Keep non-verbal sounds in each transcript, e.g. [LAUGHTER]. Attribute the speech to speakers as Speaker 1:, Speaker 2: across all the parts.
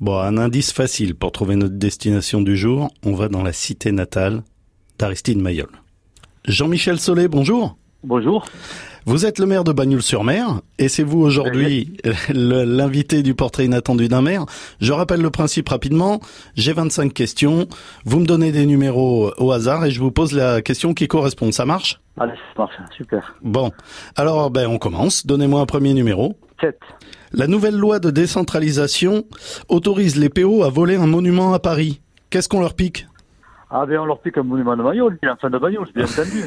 Speaker 1: Bon, un indice facile pour trouver notre destination du jour, on va dans la cité natale d'Aristide Mayol. Jean-Michel Solé, bonjour.
Speaker 2: Bonjour.
Speaker 1: Vous êtes le maire de Bagnoul-sur-Mer et c'est vous aujourd'hui [LAUGHS] le- l'invité du portrait inattendu d'un maire. Je rappelle le principe rapidement. J'ai 25 questions. Vous me donnez des numéros au hasard et je vous pose la question qui correspond. Ça marche
Speaker 2: Allez, ça marche, super.
Speaker 1: Bon. Alors, ben, on commence. Donnez-moi un premier numéro.
Speaker 2: 7.
Speaker 1: La nouvelle loi de décentralisation autorise les PO à voler un monument à Paris. Qu'est-ce qu'on leur pique
Speaker 2: Ah ben on leur pique un monument de Mayol, l'enfant de Mayol, bien entendu,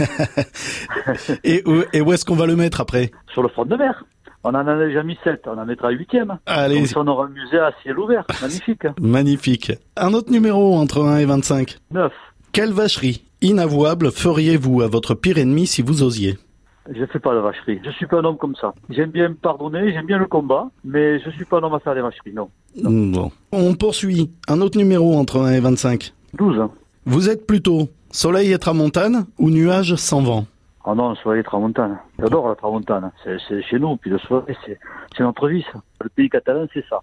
Speaker 1: et, où- et où est-ce qu'on va le mettre après
Speaker 2: sur le front de mer. On en a déjà mis 7, on en mettra 8e.
Speaker 1: Allez,
Speaker 2: Comme ça, on aura un musée à ciel ouvert, magnifique. hein.
Speaker 1: magnifique. Un autre numéro entre 1 et 25.
Speaker 2: 9.
Speaker 1: Quelle vacherie inavouable feriez-vous à votre pire ennemi si vous osiez
Speaker 2: Je fais pas la vacherie, je suis pas un homme comme ça. J'aime bien pardonner, j'aime bien le combat, mais je suis pas un homme à faire des vacheries, non.
Speaker 1: Hmm, Bon. On poursuit. Un autre numéro entre 1 et 25.
Speaker 2: 12. hein.
Speaker 1: Vous êtes plutôt soleil et tramontane ou nuage sans vent
Speaker 2: Ah non, le soleil tramontane. J'adore la tramontane. C'est, c'est chez nous, puis le soleil, c'est, c'est notre vie, ça. Le pays catalan, c'est ça.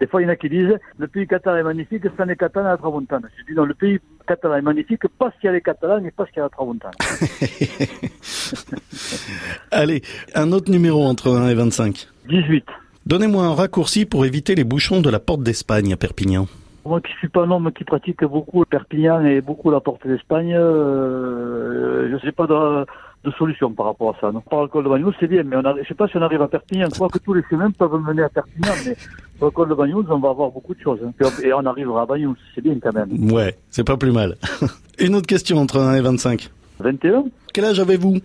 Speaker 2: Des fois, il y en a qui disent, le pays catalan est magnifique sans les catalans à la tramontane. Je dis, non, le pays catalan est magnifique parce qu'il y a les catalans et parce qu'il y a la tramontane.
Speaker 1: Allez, un autre numéro entre 1 et 25.
Speaker 2: 18.
Speaker 1: Donnez-moi un raccourci pour éviter les bouchons de la porte d'Espagne à Perpignan.
Speaker 2: Moi qui suis pas un homme qui pratique beaucoup Perpignan et beaucoup la porte d'Espagne, euh, je sais pas de, de solution par rapport à ça. Non. Par le col de Bagnols, c'est bien, mais on a, je sais pas si on arrive à Perpignan. Je crois que tous les chemins peuvent mener à Perpignan, mais sur le col de Bagnols, on va avoir beaucoup de choses. hein. Puis on- Et on arrivera à Bagnols, c'est bien quand même.
Speaker 1: Ouais, c'est pas plus mal. [LAUGHS] Une autre question entre 1 et 25.
Speaker 2: 21,
Speaker 1: Quel âge avez-vous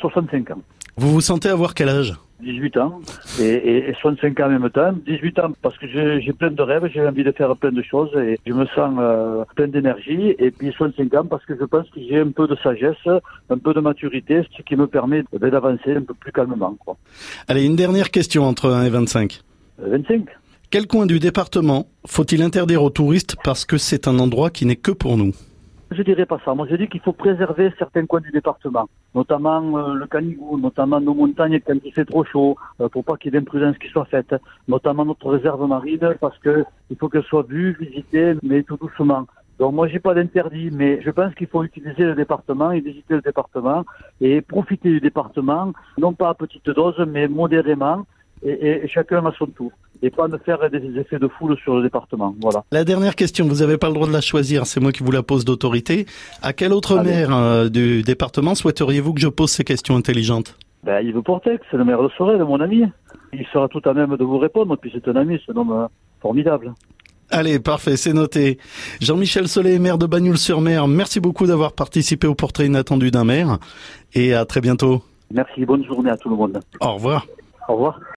Speaker 2: 65 ans.
Speaker 1: Vous vous sentez avoir quel âge
Speaker 2: 18 ans et, et, et 65 ans en même temps. 18 ans parce que j'ai j'ai plein de rêves, j'ai envie de faire plein de choses et je me sens euh, plein d'énergie. Et puis 65 ans parce que je pense que j'ai un peu de sagesse, un peu de maturité, ce qui me permet eh ben, d'avancer un peu plus calmement. Quoi.
Speaker 1: Allez, une dernière question entre 1 et 25.
Speaker 2: Euh, 25
Speaker 1: Quel coin du département faut-il interdire aux touristes parce que c'est un endroit qui n'est que pour nous
Speaker 2: Je dirais pas ça. Moi, je dis qu'il faut préserver certains coins du département, notamment euh, le Canigou, notamment nos montagnes quand il fait trop chaud, euh, pour pas qu'il y ait d'imprudence qui soit faite, notamment notre réserve marine, parce que il faut qu'elle soit vue, visitée, mais tout doucement. Donc moi, j'ai pas d'interdit, mais je pense qu'il faut utiliser le département et visiter le département et profiter du département, non pas à petite dose, mais modérément, et, et- et chacun à son tour, et pas de faire des effets de foule sur le département. Voilà.
Speaker 1: La dernière question, vous n'avez pas le droit de la choisir, c'est moi qui vous la pose d'autorité. À quel autre
Speaker 2: Allez.
Speaker 1: maire euh, du département souhaiteriez-vous que je pose ces questions intelligentes
Speaker 2: Ben, Yves Portex, c'est le maire de Sorel, mon ami. Il sera tout à même de vous répondre, puis c'est un ami, c'est un homme euh, formidable.
Speaker 1: Allez, parfait, c'est noté. Jean-Michel Solé, maire de Bagnoul-sur-Mer, merci beaucoup d'avoir participé au portrait inattendu d'un maire et à très bientôt.
Speaker 2: Merci, bonne journée à tout le monde.
Speaker 1: Au revoir.
Speaker 2: Au revoir.